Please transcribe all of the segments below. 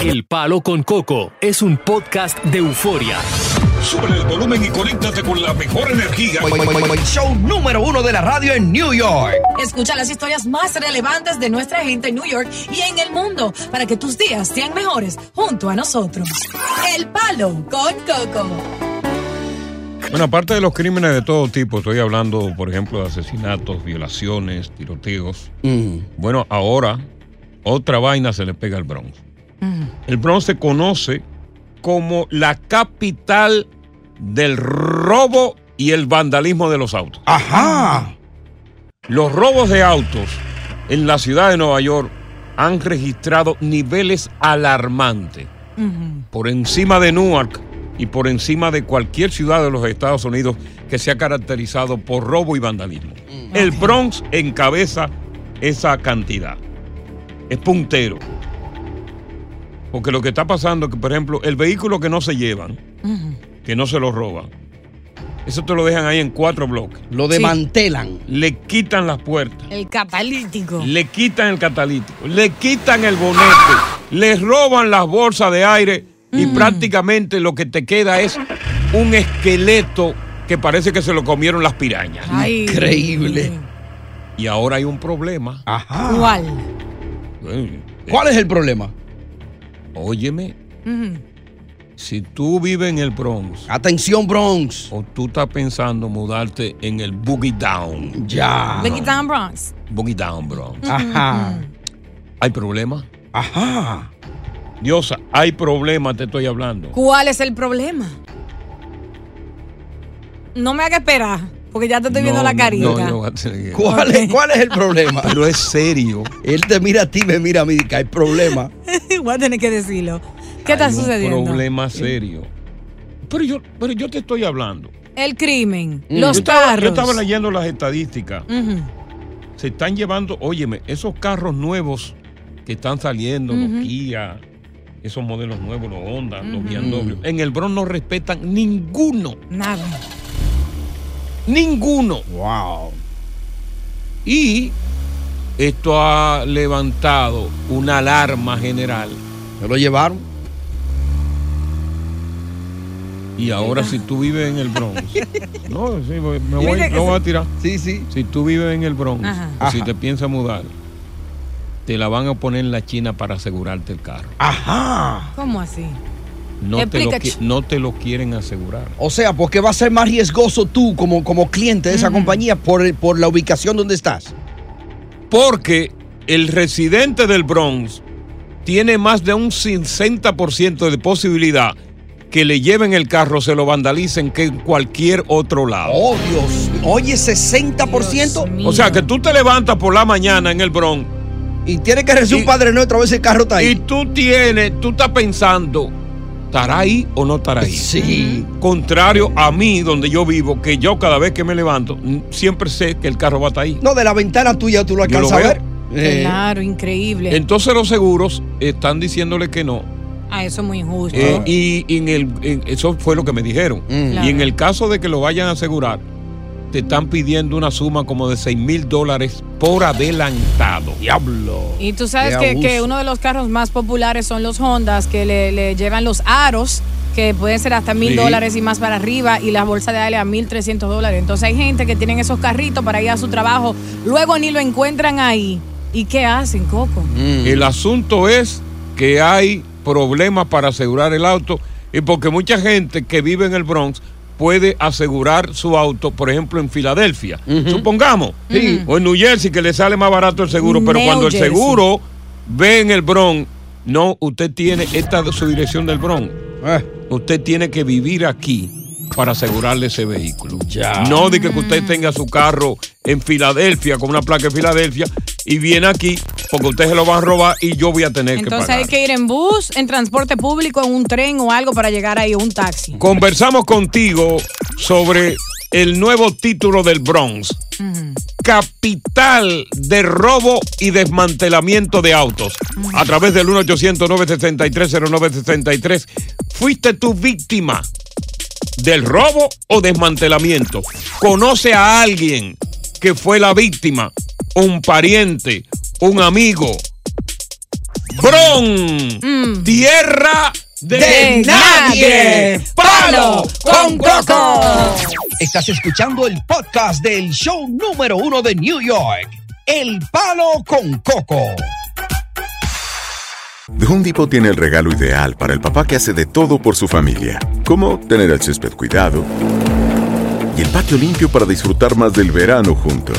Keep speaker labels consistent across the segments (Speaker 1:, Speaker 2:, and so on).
Speaker 1: El Palo con Coco es un podcast de euforia.
Speaker 2: Sube el volumen y conéctate con la mejor energía.
Speaker 3: Show número uno de la radio en New York.
Speaker 4: Escucha las historias más relevantes de nuestra gente en New York y en el mundo para que tus días sean mejores junto a nosotros. El Palo con Coco.
Speaker 5: Bueno, aparte de los crímenes de todo tipo, estoy hablando, por ejemplo, de asesinatos, violaciones, tiroteos. Bueno, ahora otra vaina se le pega al Bronx. El Bronx se conoce como la capital del robo y el vandalismo de los autos.
Speaker 3: Ajá.
Speaker 5: Los robos de autos en la ciudad de Nueva York han registrado niveles alarmantes, por encima de Newark y por encima de cualquier ciudad de los Estados Unidos que se ha caracterizado por robo y vandalismo. El Bronx encabeza esa cantidad. Es puntero. Porque lo que está pasando es que, por ejemplo, el vehículo que no se llevan, que no se lo roban, eso te lo dejan ahí en cuatro bloques.
Speaker 6: Lo desmantelan.
Speaker 5: Le quitan las puertas,
Speaker 7: El catalítico.
Speaker 5: le quitan el catalítico, le quitan el bonete, les roban las bolsas de aire y
Speaker 7: Mm.
Speaker 5: prácticamente lo que te queda es un esqueleto que parece que se lo comieron las pirañas.
Speaker 7: Ay. Increíble.
Speaker 5: Y ahora hay un problema.
Speaker 6: Ajá.
Speaker 7: ¿Cuál?
Speaker 6: ¿Cuál es el problema?
Speaker 5: Óyeme, si tú vives en el Bronx
Speaker 6: Atención, Bronx.
Speaker 5: o tú estás pensando mudarte en el Boogie Down,
Speaker 6: Ya.
Speaker 7: Boogie Down Bronx.
Speaker 5: Boogie Down Bronx,
Speaker 6: Ajá.
Speaker 5: ¿hay problema?
Speaker 6: Ajá.
Speaker 5: Diosa, hay problema, te estoy hablando.
Speaker 7: ¿Cuál es el problema? No me hagas esperar, porque ya te estoy viendo
Speaker 5: No,
Speaker 7: la
Speaker 5: no,
Speaker 7: carita.
Speaker 5: no, yo voy a tener que-
Speaker 6: ¿Cuál, es, ¿Cuál es el problema?
Speaker 5: Pero es serio.
Speaker 6: Él te mira a ti, me mira a mí. que Hay problema.
Speaker 7: Voy a tener que decirlo. ¿Qué está
Speaker 5: Hay
Speaker 7: sucediendo?
Speaker 5: Un problema serio. Pero yo, pero yo te estoy hablando.
Speaker 7: El crimen,
Speaker 6: Mm.
Speaker 7: los
Speaker 5: Yo estaba,
Speaker 7: carros.
Speaker 5: yo estaba leyendo las estadísticas.
Speaker 7: Ujú.
Speaker 5: Se están llevando, óyeme, esos carros nuevos que están saliendo, los Kia, esos modelos nuevos, los Honda, los BMW, en el Bronx no respetan ninguno,
Speaker 7: Nada.
Speaker 5: ninguno.
Speaker 6: Wow.
Speaker 5: Y esto ha levantado una alarma general.
Speaker 6: ¿Me lo llevaron?
Speaker 5: Y ahora si tú vives en el Bronx, no, sí, voy- me
Speaker 7: Mira
Speaker 5: voy,
Speaker 7: que-
Speaker 5: lo voy a tirar.
Speaker 6: Sí, sí.
Speaker 5: Si tú vives en el Bronx,
Speaker 7: Ajá.
Speaker 5: o si
Speaker 6: Ajá.
Speaker 5: te piensas mudar, te la van a poner en la China para asegurarte el carro.
Speaker 6: Ajá.
Speaker 7: ¿Cómo así?
Speaker 5: No, te lo,
Speaker 7: Explica,
Speaker 5: qui-
Speaker 7: ch-
Speaker 5: no te lo quieren asegurar.
Speaker 6: O sea, porque va a ser más riesgoso tú como, como cliente de esa compañía por, el- por la ubicación donde estás.
Speaker 5: Porque el residente del Bronx tiene más de un 60% de posibilidad que le lleven el carro, se lo vandalicen que en cualquier otro lado.
Speaker 6: Oh, Dios. Oye,
Speaker 7: Dios
Speaker 6: 60%.
Speaker 7: mío.
Speaker 5: o sea, que tú te levantas por la mañana en el Bronx
Speaker 6: Y tiene que recibir
Speaker 5: Y-
Speaker 6: un padre nuestro a ver si el carro está
Speaker 5: y
Speaker 6: ahí.
Speaker 5: tú tienes, tú estás pensando, ¿estará ahí o no estará ahí?
Speaker 6: Sí.
Speaker 5: Contrario a mí, donde yo vivo, que yo cada vez que me levanto, mm, siempre sé que el carro va a estar ahí.
Speaker 6: No, de la ventana tuya tú lo
Speaker 5: Yo lo
Speaker 6: alcanzas a
Speaker 5: veo.
Speaker 6: ver. Eh,
Speaker 7: Claro, increíble.
Speaker 5: Entonces los seguros están diciéndole que no.
Speaker 7: Ah, eso es muy injusto.
Speaker 5: Eh, y, y en el, en- eso fue lo que me dijeron.
Speaker 6: Mm.
Speaker 7: Claro.
Speaker 5: Y en el caso de que lo vayan a asegurar, te están pidiendo una suma como de 6 mil dólares por adelantado. Diablo.
Speaker 7: Y tú sabes
Speaker 5: Qué
Speaker 7: que, que
Speaker 5: abuso.
Speaker 7: uno de los carros más populares son los Hondas, que le, le llevan los aros, que pueden ser hasta mil
Speaker 8: Sí.
Speaker 7: dólares y más para arriba, y las bolsas de aire a mil trescientos dólares. Entonces hay gente que tienen esos carritos para ir a su trabajo, luego ni lo encuentran ahí. ¿Y qué hacen, Coco?
Speaker 9: Mm.
Speaker 5: El asunto es que hay problemas para asegurar el auto y porque mucha gente que vive en el Bronx puede asegurar su auto, por ejemplo, en Filadelfia, supongamos,
Speaker 9: Sí.
Speaker 5: o en New Jersey, que le sale más barato el seguro, pero
Speaker 9: New
Speaker 5: cuando el
Speaker 9: Jersey.
Speaker 5: seguro ve en el Bronx, no, usted tiene esta es su dirección del Bronx,
Speaker 9: Ah.
Speaker 5: usted tiene que vivir aquí para asegurarle ese vehículo. No de que usted tenga su carro en Filadelfia, con una placa en Filadelfia, y viene aquí porque usted se lo va a robar y yo voy a tener
Speaker 7: Entonces
Speaker 5: que pagar.
Speaker 7: hay que ir en bus, en transporte público, en un tren o algo para llegar ahí, o un taxi.
Speaker 5: Conversamos contigo sobre el nuevo título del Bronx. Capital de robo y desmantelamiento de autos. A través del 1 800 963 ¿Fuiste tú víctima del robo o desmantelamiento? ¿Conoce a alguien que fue la víctima? ¿Un pariente? ¿Un amigo? Bron, tierra de, nadie.
Speaker 3: Eh, ¡Palo con Coco! Estás escuchando el podcast del show número uno de New York, El Palo con Coco.
Speaker 10: The Home Depot tiene el regalo ideal para el papá que hace de todo por su familia, como tener el césped cuidado y el patio limpio para disfrutar más del verano juntos.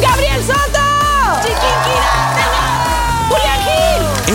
Speaker 11: ¡Gabriel Soto! ¡Julián Gil!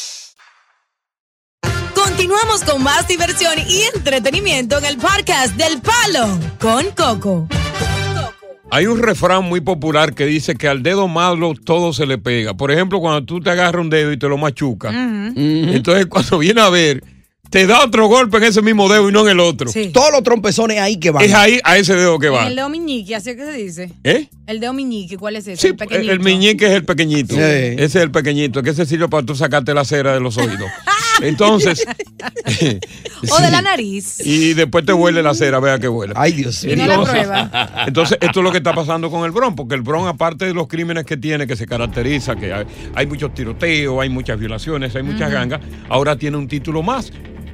Speaker 4: Continuamos con más diversión y entretenimiento en el podcast del Palo con Coco.
Speaker 5: Hay un refrán muy popular que dice que al dedo malo todo se le pega. Por ejemplo, cuando tú te agarras un dedo y te lo machucas, entonces cuando viene a ver, te da otro golpe en ese mismo dedo y no en el otro.
Speaker 6: Todos los trompezones ahí que van.
Speaker 5: Es ahí a ese dedo que va.
Speaker 7: El dedo miñique, así es que se dice.
Speaker 5: ¿Eh?
Speaker 7: El dedo miñique, ¿cuál es ese?
Speaker 5: Sí,
Speaker 7: el
Speaker 5: el,
Speaker 7: pequeñito.
Speaker 5: el meñique es el pequeñito. Ese es el pequeñito, que ese sirve para tú sacarte la cera de los oídos. Entonces,
Speaker 7: O de la nariz.
Speaker 5: y después te huele la cera, vea que huele.
Speaker 6: Ay, Dios
Speaker 7: mío. No la prueba.
Speaker 5: entonces, esto es lo que está pasando con el Bron, porque el Bron, aparte de los crímenes que tiene, que se caracteriza, que hay, hay muchos tiroteos, hay muchas violaciones, hay muchas
Speaker 12: Ujú.
Speaker 5: gangas, ahora tiene un título más.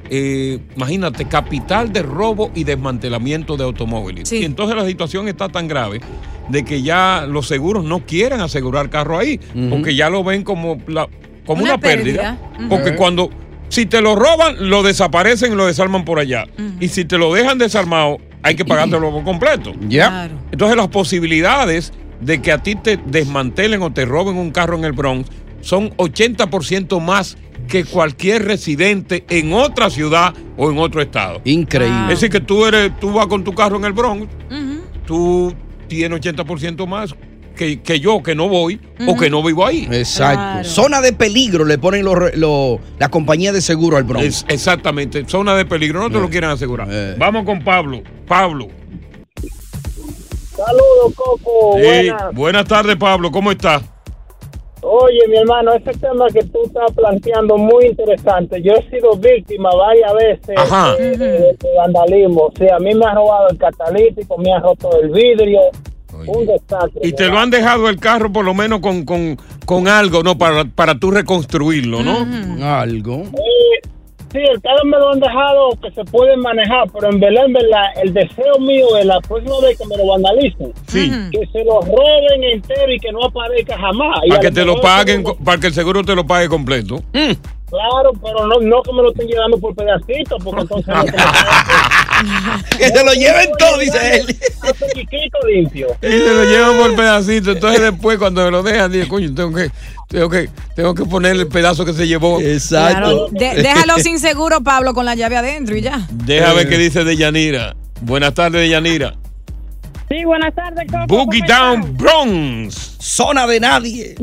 Speaker 5: Eh, imagínate, capital de robo y desmantelamiento de automóviles. Y entonces la situación está tan grave de que ya los seguros no quieren asegurar carro ahí, porque ya lo ven como, la, como
Speaker 9: Una
Speaker 5: una, pérdida.
Speaker 9: pérdida. Ujú.
Speaker 5: Porque cuando, si te lo roban, lo desaparecen y lo desarman por allá. Y si te lo dejan desarmado, hay que pagártelo por completo. Entonces las posibilidades de que a ti te desmantelen o te roben un carro en el Bronx son 80% más que cualquier residente en otra ciudad o en otro estado.
Speaker 6: Increíble.
Speaker 5: Es decir, que tú, eres, tú vas con tu carro en el Bronx, tú tienes 80% más que, que yo, que no voy o que no vivo ahí.
Speaker 6: Exacto. Zona de peligro le ponen los re- lo- la compañía de seguro al Bronx.
Speaker 5: Es- exactamente, zona de peligro, no te
Speaker 6: Eh.
Speaker 5: lo quieren asegurar. Vamos con Pablo. Pablo.
Speaker 13: Saludos, Coco.
Speaker 5: Sí,
Speaker 13: Buenas.
Speaker 5: buenas tardes, Pablo, ¿cómo estás?
Speaker 8: Oye, mi hermano, ese tema que tú estás planteando muy interesante. Yo he sido víctima varias veces
Speaker 5: Ajá.
Speaker 8: de, de- de vandalismo. O sea, a mí me ha robado el catalítico, me ha roto el vidrio. Un desastre.
Speaker 5: Y te lo han dejado el carro por lo menos con, con, con algo, ¿no? Para, para tú reconstruirlo, ¿no?
Speaker 6: Algo.
Speaker 8: Sí, sí, el carro me lo han dejado que se puede manejar, pero en Belén, ¿verdad? El deseo mío es la próxima vez que me lo vandalicen, que se lo roben entero y que no aparezca jamás. Y a
Speaker 5: Para que te lo
Speaker 8: mejor-
Speaker 5: paguen, co- para que el seguro te lo pague completo.
Speaker 6: Mm.
Speaker 8: Claro, pero no, no que me lo estén llevando por pedacitos, porque entonces... no te lo pagan.
Speaker 6: Que se lo lleven todo, dice él.
Speaker 8: Ese chiquito limpio.
Speaker 5: Y se lo llevan por pedacito. Entonces después cuando me lo dejan, digo, coño, tengo que, tengo que, tengo que poner el pedazo que se llevó.
Speaker 7: Claro, de- déjalo sin seguro, Pablo, con la llave adentro y ya.
Speaker 5: Déjame
Speaker 6: Eh.
Speaker 5: ver qué dice Deyanira. Buenas tardes, Deyanira.
Speaker 9: Sí, buenas tardes, Coco.
Speaker 5: Boogie
Speaker 9: ¿Cómo estás?
Speaker 5: Down Bronx.
Speaker 6: Zona de nadie.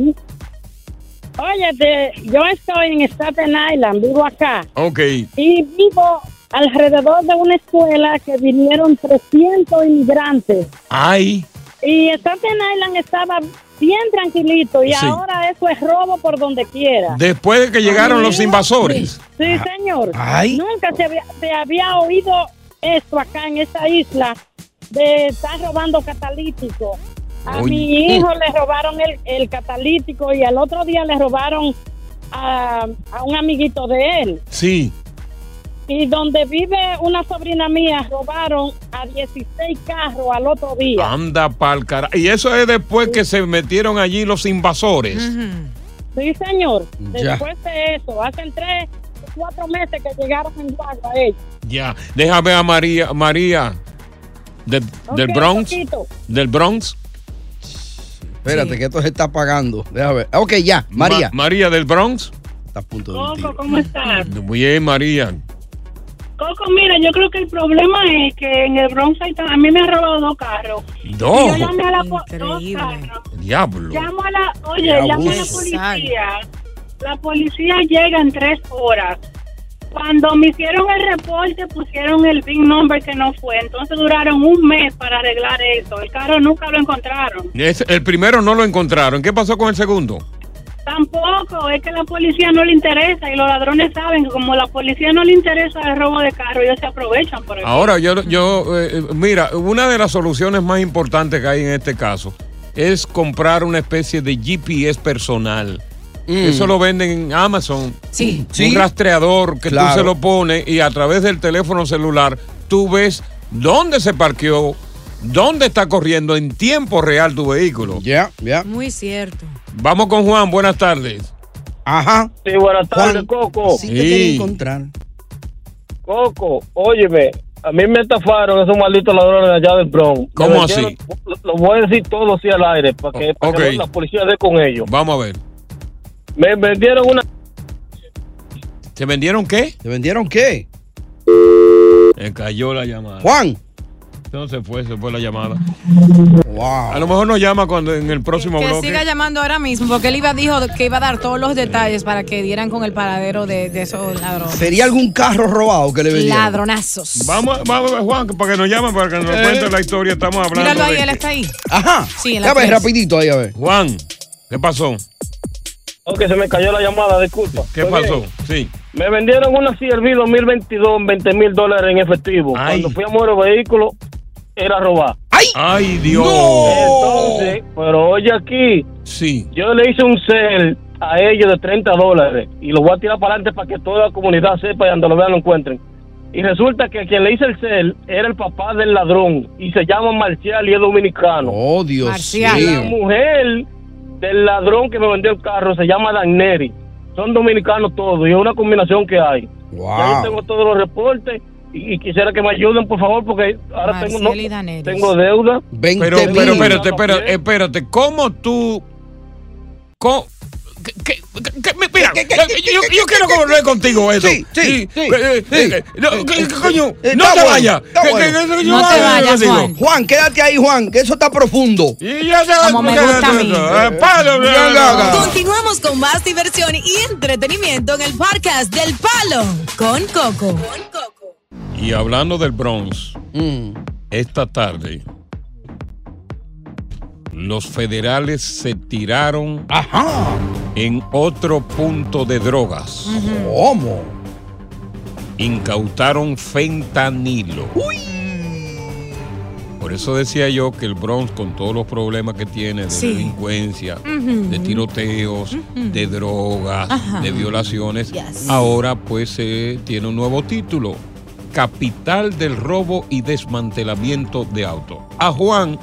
Speaker 9: Óyate, yo estoy en Staten Island, vivo acá.
Speaker 5: Ok.
Speaker 9: Y vivo alrededor de una escuela que vinieron 300 inmigrantes.
Speaker 5: Ay.
Speaker 9: Y Staten Island estaba bien tranquilito y
Speaker 5: Sí.
Speaker 9: ahora eso es robo por donde quiera.
Speaker 5: Después de que llegaron los invasores.
Speaker 9: Sí, señor.
Speaker 5: Ah, Ay.
Speaker 9: Nunca se había, se había oído esto acá en esta isla de estar robando catalítico. A
Speaker 12: Oye.
Speaker 9: mi hijo le robaron el, el catalítico y al otro día le robaron a, a un amiguito de él.
Speaker 5: Sí.
Speaker 9: Y donde vive una sobrina mía, robaron a 16 carros al otro
Speaker 5: Ah,
Speaker 9: día.
Speaker 5: Anda pa'l carajo. Y eso es después que se metieron allí los invasores.
Speaker 9: Sí, señor.
Speaker 5: pues. Ya.
Speaker 9: Después de eso, hacen tres, cuatro meses que llegaron en guagua eh. ellos.
Speaker 5: Ya. Déjame a María, María. de- del
Speaker 9: Ok,
Speaker 5: Bronx.
Speaker 9: Coquito.
Speaker 5: Del Bronx.
Speaker 6: Espérate, que esto se está pagando. Déjame ver. Ok, ya,
Speaker 5: Ma-
Speaker 6: María.
Speaker 5: María del Bronx. Oh.
Speaker 12: Coco, ¿cómo estás?
Speaker 5: Bien, María.
Speaker 12: Coco, mira, yo creo que el problema es que en el Bronx hay tan- a mí me han robado dos carros.
Speaker 5: Dos.
Speaker 12: Y yo llamé a la po- dos carros.
Speaker 5: Diablo.
Speaker 12: Llamo a la, oye,
Speaker 5: Qué
Speaker 12: llamo a la
Speaker 5: abuso.
Speaker 12: policía. La policía llega en tres horas. Cuando me hicieron el reporte, pusieron el big number que no fue. Entonces duraron un mes para arreglar eso. El carro nunca lo encontraron.
Speaker 5: Es- el primero no lo encontraron. ¿Qué pasó con el segundo?
Speaker 12: Tampoco, es que la policía no le interesa y los ladrones saben que como la policía no le interesa el robo de carro, ellos se aprovechan por eso.
Speaker 5: Ahora, yo, yo eh, mira, una de las soluciones más importantes que hay en este caso es comprar una especie de GPS personal.
Speaker 6: Mm.
Speaker 5: Eso lo venden en Amazon.
Speaker 7: Sí.
Speaker 5: Un
Speaker 7: Sí.
Speaker 5: rastreador que
Speaker 6: Claro.
Speaker 5: tú se lo pones y a través del teléfono celular tú ves dónde se parqueó, dónde está corriendo en tiempo real tu vehículo.
Speaker 6: Ya, ya.
Speaker 7: Muy cierto.
Speaker 5: Vamos con Juan, buenas tardes.
Speaker 6: Ajá.
Speaker 8: Sí, buenas tardes, Coco.
Speaker 6: Sí, te quiero encontrar.
Speaker 8: Coco, óyeme, a mí me estafaron esos malditos ladrones allá del Bronx.
Speaker 5: ¿Cómo
Speaker 8: Me
Speaker 5: así?
Speaker 8: vendieron- Lo, lo voy a decir todo así al aire para que, para que
Speaker 5: ok.
Speaker 8: la policía dé con ellos.
Speaker 5: Vamos a ver.
Speaker 8: Me vendieron una...
Speaker 5: ¿Te vendieron qué?
Speaker 6: ¿Te vendieron qué?
Speaker 5: Me cayó la llamada.
Speaker 6: Juan.
Speaker 5: No se fue, se fue la llamada. A lo mejor nos llama cuando en el próximo
Speaker 7: Que
Speaker 5: bloque.
Speaker 7: siga llamando ahora mismo, porque él iba, dijo que iba a dar todos los detalles para que dieran con el paradero de, de esos ladrones.
Speaker 6: ¿Sería algún carro robado que le vendieron?
Speaker 7: Ladronazos.
Speaker 5: Vamos, vamos Juan, para que nos llame, para que nos cuente la historia. Estamos hablando.
Speaker 7: Eh. Míralo ahí,
Speaker 5: de-
Speaker 7: él Ah, está ahí.
Speaker 6: Ajá.
Speaker 7: Sí, en la
Speaker 6: Ya ves,
Speaker 7: tres.
Speaker 6: rapidito ahí, a ver.
Speaker 5: Juan, ¿qué pasó?
Speaker 8: Aunque se me cayó la llamada, disculpa.
Speaker 5: ¿Qué
Speaker 8: Estoy
Speaker 5: pasó?
Speaker 8: bien.
Speaker 5: Sí.
Speaker 8: Me vendieron una CRV 2022 en 20 mil dólares en efectivo. Cuando fui a mover el vehículo, era robar.
Speaker 6: ¡Ay!
Speaker 5: ¡Ay, Dios!
Speaker 8: Entonces, pero oye aquí.
Speaker 5: Sí.
Speaker 8: Yo le hice un sell a ellos de 30 dólares y lo voy a tirar para adelante para que toda la comunidad sepa y cuando lo vean lo encuentren. Y resulta que quien le hizo el sell era el papá del ladrón y se llama Marcial y es dominicano.
Speaker 6: Oh, Dios
Speaker 8: Marcial.
Speaker 6: mío.
Speaker 8: La mujer del ladrón que me vendió el carro se llama Daneri. Son dominicanos todos y es una combinación que hay. Ya yo tengo todos los reportes y, y quisiera que me ayuden, por favor, porque ahora tengo, no- tengo deuda.
Speaker 5: Pero, pero espérate, espérate, espérate. ¿Cómo tú. co- ¿Qué- qué- qué- qué- Mira, yo, yo quiero volver contigo eso. Sí, sí, No, ¿qué- qué coño?
Speaker 6: Eh,
Speaker 5: No
Speaker 6: está
Speaker 5: te
Speaker 6: bueno,
Speaker 5: vayas.
Speaker 6: está
Speaker 5: Que- que-
Speaker 6: bueno.
Speaker 5: que- que- yo voy a- digo.
Speaker 6: Juan, quédate ahí, Juan, que eso está profundo.
Speaker 5: Y ya se
Speaker 7: Como me gusta ¿eh? a mí.
Speaker 6: Ya lo haga.
Speaker 4: Continuamos con más diversión y entretenimiento en el podcast del Palo con Coco.
Speaker 5: Y hablando del Bronx, esta tarde Los federales se tiraron en otro punto de drogas.
Speaker 6: Ujú. ¿Cómo?
Speaker 5: Incautaron fentanilo. Por eso decía yo que el Bronx, con todos los problemas que tiene de
Speaker 7: Sí.
Speaker 5: delincuencia,
Speaker 7: Ujú.
Speaker 5: de tiroteos,
Speaker 7: Ujú.
Speaker 5: de drogas,
Speaker 7: Ajá.
Speaker 5: de violaciones,
Speaker 7: Yes.
Speaker 5: ahora pues eh, tiene un nuevo título, Capital del Robo y Desmantelamiento de Autos. A Juan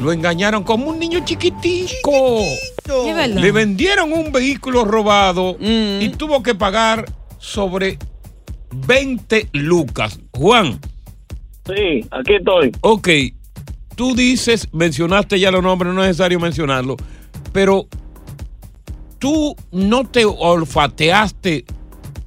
Speaker 5: lo engañaron como un niño chiquitico.
Speaker 7: Es verdad.
Speaker 5: Le vendieron un vehículo robado y tuvo que pagar sobre 20 lucas. Juan.
Speaker 8: Sí, aquí estoy.
Speaker 5: Ok, tú dices, mencionaste ya los nombres, no es necesario mencionarlo, pero tú no te olfateaste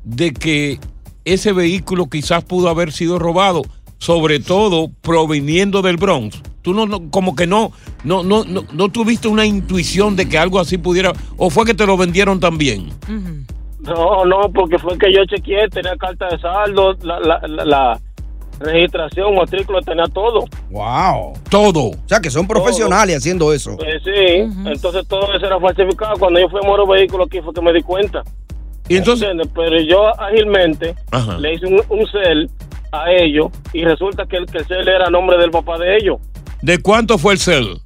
Speaker 5: de que ese vehículo quizás pudo haber sido robado, sobre todo proviniendo del Bronx. Tú no, no- como que no, no, no, no, no tuviste una intuición de que algo así pudiera, o fue que te lo vendieron también.
Speaker 8: No, no, porque fue que yo chequeé, tenía carta de saldo, la, la, la, la registración, matrícula, tenía todo.
Speaker 6: Wow.
Speaker 5: Todo. O
Speaker 6: sea, que son profesionales haciendo eso.
Speaker 8: Eh, sí, entonces todo eso era falsificado. Cuando yo fui a Moro Vehículo aquí fue que me di cuenta.
Speaker 5: ¿Y entonces?
Speaker 8: Pero yo ágilmente
Speaker 5: Ajá.
Speaker 8: le hice un, un cel a ellos y resulta que el, que el cel era a nombre del papá de ellos.
Speaker 5: ¿De cuánto fue el cel?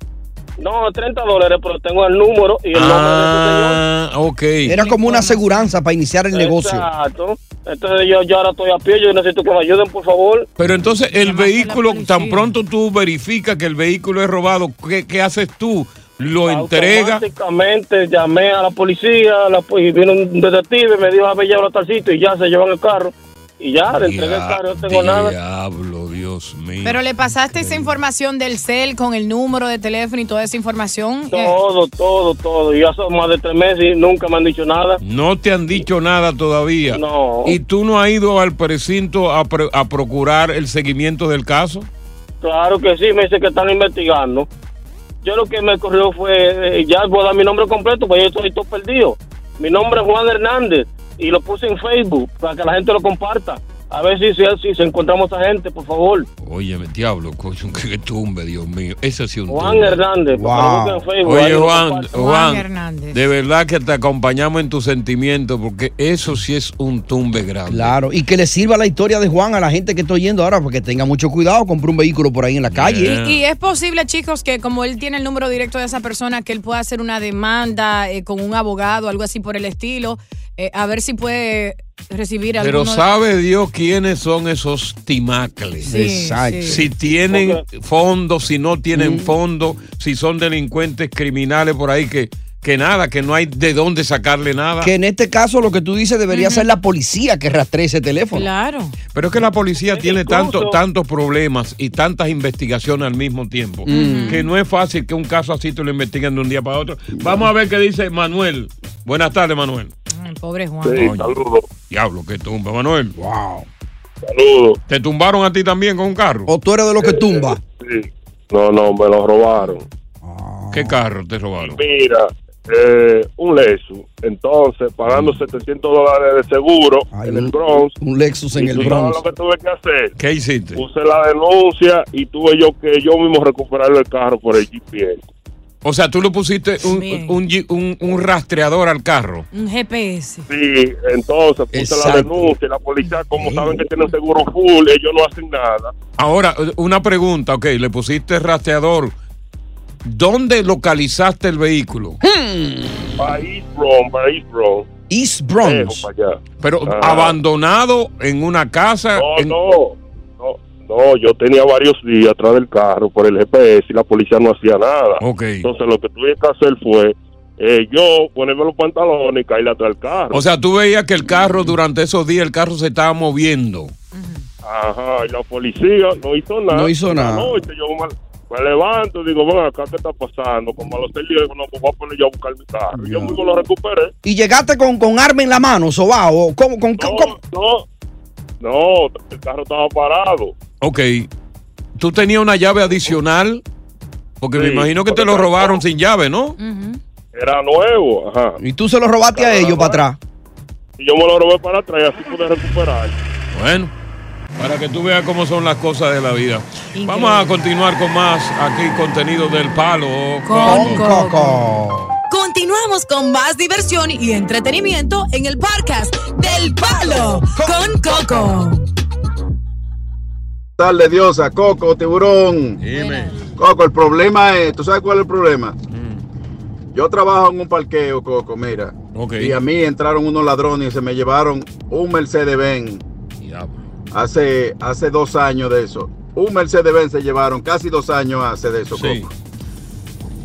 Speaker 8: No, 30 dólares, pero tengo el número y el
Speaker 5: Ah, ok.
Speaker 6: Era como una aseguranza para iniciar el
Speaker 8: nombre.
Speaker 6: negocio.
Speaker 8: Exacto. Entonces yo, yo ahora estoy a pie, yo necesito que me ayuden, por favor.
Speaker 5: Pero entonces el vehículo, tan pronto tú verificas que el vehículo es robado, ¿qué, qué haces tú? Lo entregas.
Speaker 8: Automáticamente llamé a la policía, la, po- y vino un detective, me dijo, a ver, llévalo a tal sitio", y ya se llevan el carro. Y ya, le entregué el carro, no tengo nada.
Speaker 5: Diablo, Dios mío.
Speaker 7: Pero le pasaste esa información del cel con el número de teléfono y toda esa información. eh,
Speaker 8: Todo, todo, todo. Y ya son más de tres meses y nunca me han dicho nada.
Speaker 5: No te han dicho nada todavía.
Speaker 8: No.
Speaker 5: ¿Y tú no has ido al precinto a, pre- a procurar el seguimiento del caso?
Speaker 8: Claro que sí, me dice que están investigando. Yo lo que me corrió fue, eh, ya voy a dar mi nombre completo, pues yo estoy todo perdido. Mi nombre es Juan Hernández y lo puse en Facebook para que la gente lo comparta. A ver si, si, si, si encontramos a gente, por favor.
Speaker 5: Oye, diablo, coño, qué tumbe, Dios mío. Ese ha sido un
Speaker 8: Juan Hernández, porque lo busquen en Facebook, ahí
Speaker 5: Oye,
Speaker 8: lo
Speaker 5: Juan,
Speaker 8: comparten.
Speaker 5: Juan,
Speaker 8: Juan Hernández.
Speaker 5: de verdad que te acompañamos en tus sentimientos, porque eso sí es un tumbe grande.
Speaker 6: Claro, y que le sirva la historia de Juan a la gente que está oyendo ahora, porque tenga mucho cuidado, compre un vehículo por ahí en la calle.
Speaker 7: Y es posible, chicos, que como él tiene el número directo de esa persona, que él pueda hacer una demanda eh, con un abogado, algo así por el estilo, eh, a ver si puede recibir
Speaker 5: Pero
Speaker 7: alguno-
Speaker 5: sabe Dios quiénes son esos timacles.
Speaker 7: Sí, Exacto. sí.
Speaker 5: Si tienen fondos, si no tienen fondos, si son delincuentes criminales por ahí que, que nada, que no hay de dónde sacarle nada.
Speaker 6: Que en este caso lo que tú dices debería ser la policía que rastree ese teléfono.
Speaker 7: Claro.
Speaker 5: Pero es que la policía tiene
Speaker 6: incluso-
Speaker 5: tanto- tantos problemas y tantas investigaciones al mismo tiempo
Speaker 6: Mm.
Speaker 5: que no es fácil que un caso así te lo investiguen de un día para otro. Vamos a ver qué dice Manuel. Buenas tardes, Manuel.
Speaker 7: Ay, Pobre Juan.
Speaker 5: Coño, Diablo, qué tumba, Manuel.
Speaker 6: Wow.
Speaker 8: Saludos.
Speaker 5: ¿Te tumbaron a ti también con un carro?
Speaker 6: ¿O tú eres de los que tumba?
Speaker 8: No, no, me lo robaron.
Speaker 6: Ah.
Speaker 5: ¿Qué carro te robaron?
Speaker 8: Mira, eh, un Lexus. Entonces, pagando 700 dólares de seguro en el Bronx.
Speaker 6: Mm. Un Lexus en
Speaker 8: y
Speaker 6: el
Speaker 8: tú sabes
Speaker 6: Bronx.
Speaker 8: lo que tuve que hacer.
Speaker 5: ¿Qué hiciste?
Speaker 8: Puse la denuncia y tuve yo que yo mismo recuperar el carro por el GPS.
Speaker 5: O sea, tú le pusiste un, un G- un- un rastreador al carro.
Speaker 7: Un GPS.
Speaker 8: Sí, entonces puse la
Speaker 5: Exacto.
Speaker 8: denuncia y la policía, como saben
Speaker 6: Mm.
Speaker 8: que tienen seguro full, ellos no hacen nada.
Speaker 5: Ahora, una pregunta, ok, le pusiste rastreador. ¿Dónde localizaste el vehículo?
Speaker 6: Hmm.
Speaker 8: País Bronx, País Bronx.
Speaker 6: East
Speaker 5: Bronx. Pero
Speaker 8: Ajá.
Speaker 5: abandonado en una casa.
Speaker 8: Ah. No,
Speaker 5: en-
Speaker 8: no, no, no, yo tenía varios días atrás del carro por el GPS y la policía no hacía nada. Entonces lo que tuve que hacer fue eh, yo ponerme los pantalones y caerle atrás del carro.
Speaker 5: O sea, tú veías que el carro durante esos días el carro se estaba moviendo.
Speaker 8: Ajá, y la policía no hizo nada.
Speaker 5: No hizo
Speaker 8: En la
Speaker 5: nada.
Speaker 8: noche yo me, me levanto y digo, bueno, acá qué está pasando. Como a los seis días, digo, no, pues voy a poner yo a buscar mi carro. Yo mismo lo recuperé.
Speaker 6: Y llegaste con, con arma en la mano, sobao. ¿Cómo, con, cómo?
Speaker 8: No, no, el carro estaba parado.
Speaker 5: Ok. ¿Tú tenías una llave adicional? Porque me
Speaker 8: Sí,
Speaker 5: imagino que te lo robaron sin llave, ¿no?
Speaker 8: Era nuevo, ajá.
Speaker 6: Y tú se lo robaste a ellos para atrás.
Speaker 8: Y yo me lo robé para atrás y así pude recuperar.
Speaker 5: Bueno, Para que tú veas cómo son las cosas de la vida. Vamos a continuar con más aquí contenido del palo.
Speaker 4: Con
Speaker 5: Coco.
Speaker 4: Continuamos con más diversión y entretenimiento en el podcast del Palo con Coco.
Speaker 13: Dale diosa, Coco, tiburón. Coco, el problema es, ¿tú sabes cuál es el problema? Yo trabajo en un parqueo, Coco, mira. Y a mí entraron unos ladrones y se me llevaron un Mercedes-Benz. Hace, hace dos años de eso. Un Mercedes-Benz se llevaron, casi dos años hace de eso, Coco.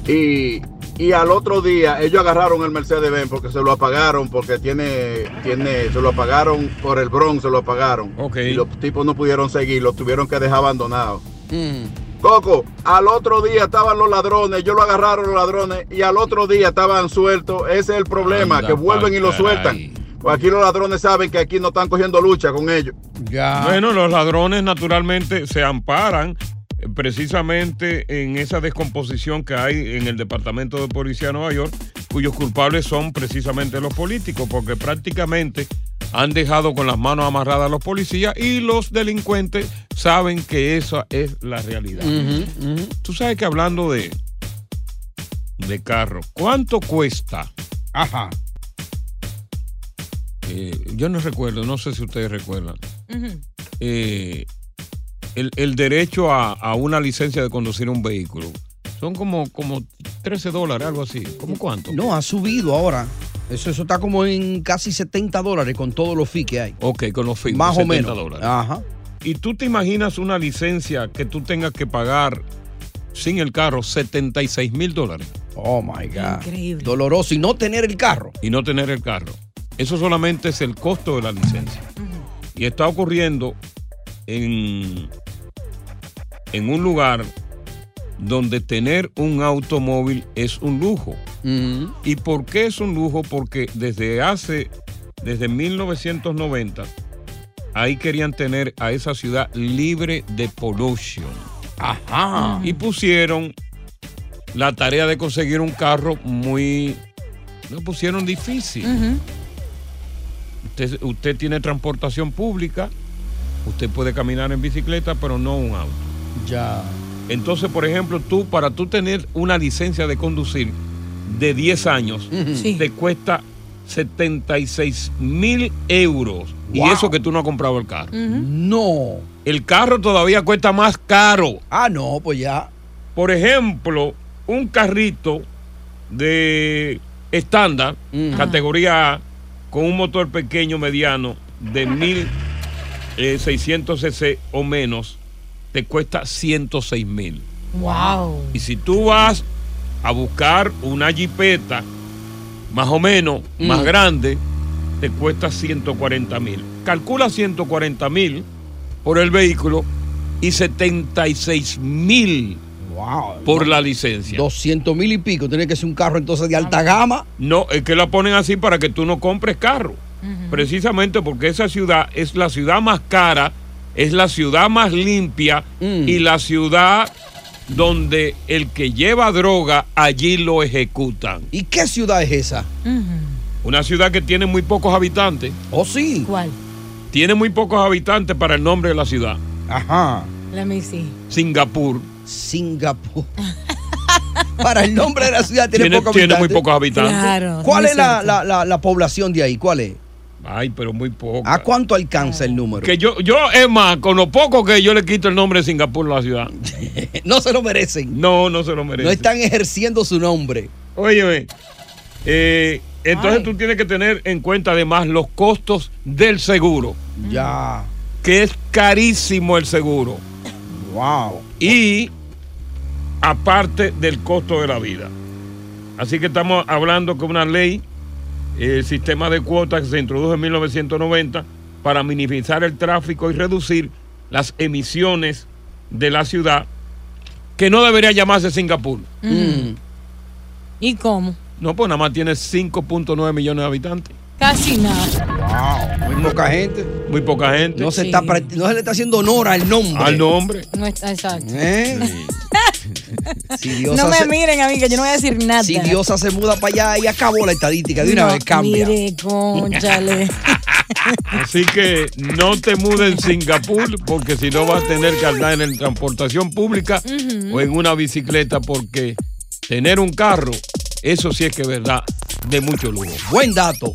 Speaker 13: Y, y al otro día ellos agarraron el Mercedes-Benz porque se lo apagaron, porque tiene, tiene, se lo apagaron por el Bronx, se lo apagaron. Y los tipos no pudieron seguir, lo tuvieron que dejar abandonado. Coco, al otro día estaban los ladrones, yo lo agarraron los ladrones y al otro día estaban sueltos. Ese es el problema,
Speaker 5: Anda
Speaker 13: que vuelven
Speaker 5: pa'l
Speaker 13: y lo sueltan. Pues aquí los ladrones saben que aquí no están cogiendo lucha con ellos.
Speaker 5: Bueno, los ladrones naturalmente se amparan eh, precisamente en esa descomposición que hay en el Departamento de Policía de Nueva York, cuyos culpables son precisamente los políticos, porque prácticamente han dejado con las manos amarradas a los policías y los delincuentes saben que esa es la realidad. Tú sabes que hablando de, de carro, ¿cuánto cuesta? Ajá. Eh, yo no recuerdo, no sé si ustedes recuerdan. eh, el, el derecho a, a una licencia de conducir un vehículo. Son como, como 13 dólares, algo así. ¿Cómo cuánto?
Speaker 6: No, ha subido ahora. Eso, eso está como en casi 70 dólares con todos los fees que hay.
Speaker 5: Ok, con los fees.
Speaker 6: Más o
Speaker 5: 70
Speaker 6: menos.
Speaker 5: dólares.
Speaker 6: Ajá.
Speaker 5: ¿Y tú te imaginas una licencia que tú tengas que pagar sin el carro 76 mil dólares?
Speaker 6: Oh my God. Increíble. Doloroso. Y no tener el carro.
Speaker 5: Y no tener el carro. Eso solamente es el costo de la licencia. Y está ocurriendo en, en un lugar donde tener un automóvil es un lujo. ¿Y por qué es un lujo? Porque desde hace, desde 1990, ahí querían tener a esa ciudad libre de pollution. Ajá. Y pusieron la tarea de conseguir un carro muy. Lo pusieron difícil. Usted, usted tiene transportación pública, usted puede caminar en bicicleta, pero no un auto.
Speaker 6: Ya.
Speaker 5: Entonces, por ejemplo, tú, para tú tener una licencia de conducir de 10 años, te cuesta 76 mil euros. Y eso que tú no has comprado el carro.
Speaker 6: No.
Speaker 5: El carro todavía cuesta más caro.
Speaker 6: Ah, no, pues ya.
Speaker 5: Por ejemplo, un carrito de estándar, categoría A, con un motor pequeño mediano de 1600 cc o menos, te cuesta 106 mil.
Speaker 4: Wow.
Speaker 5: Y si tú vas a buscar una jipeta, más o menos, más grande, te cuesta 140 mil. Calcula 140 mil por el vehículo y 76 mil por la licencia.
Speaker 6: 200 mil y pico. Tiene que ser un carro entonces de alta gama.
Speaker 5: No, es que la ponen así para que tú no compres carro. Precisamente porque esa ciudad es la ciudad más cara, es la ciudad más limpia
Speaker 6: Mm.
Speaker 5: y la ciudad donde el que lleva droga allí lo ejecutan.
Speaker 6: ¿Y qué ciudad es esa?
Speaker 5: Una ciudad que tiene muy pocos habitantes.
Speaker 6: ¿Oh, sí?
Speaker 4: ¿Cuál?
Speaker 5: Tiene muy pocos habitantes para el nombre de la ciudad.
Speaker 6: Ajá.
Speaker 4: La Missy.
Speaker 5: Singapur.
Speaker 6: Singapur. Para el nombre de la ciudad tiene,
Speaker 5: Tiene-
Speaker 6: pocos
Speaker 5: tiene
Speaker 6: habitantes.
Speaker 5: muy pocos habitantes. Claro,
Speaker 6: ¿Cuál
Speaker 5: muy
Speaker 6: es la,
Speaker 5: cierto.
Speaker 6: la- la- la población de ahí? ¿Cuál es?
Speaker 5: Ay, pero muy poco.
Speaker 6: ¿A cuánto alcanza el número?
Speaker 5: Que yo, yo, es más, con lo poco que yo le quito el nombre de Singapur a la ciudad.
Speaker 6: no se lo merecen.
Speaker 5: No, no se lo merecen.
Speaker 6: No están ejerciendo su nombre.
Speaker 5: Óyeme, eh, entonces tú tienes que tener en cuenta además los costos del seguro.
Speaker 6: Ya.
Speaker 5: Que es carísimo el seguro.
Speaker 6: Wow.
Speaker 5: Y aparte del costo de la vida. Así que estamos hablando que una ley, eh, el sistema de cuotas que se introdujo en 1990 para minimizar el tráfico y reducir las emisiones de la ciudad, que no debería llamarse Singapur.
Speaker 4: Mm. ¿Y cómo?
Speaker 5: No, pues nada más tiene 5.9 millones de habitantes.
Speaker 4: Casi nada.
Speaker 6: Muy poca gente.
Speaker 5: Muy poca gente.
Speaker 6: No se, está, pra- no se le está haciendo honor al nombre.
Speaker 5: Al nombre.
Speaker 4: No está, exacto.
Speaker 6: ¿Eh? Si Dios
Speaker 4: no
Speaker 6: hace-
Speaker 4: me miren, amiga, yo no voy a decir nada.
Speaker 6: Si Diosa se muda para allá y acabó la estadística, de una
Speaker 4: No,
Speaker 6: vez cambia.
Speaker 4: Mire, conchale.
Speaker 5: Así que no te mudes en Singapur porque si no vas a tener que andar en transportación pública
Speaker 7: Ujú.
Speaker 5: o en una bicicleta porque tener un carro, eso sí es que es verdad, de mucho lujo.
Speaker 6: Buen dato.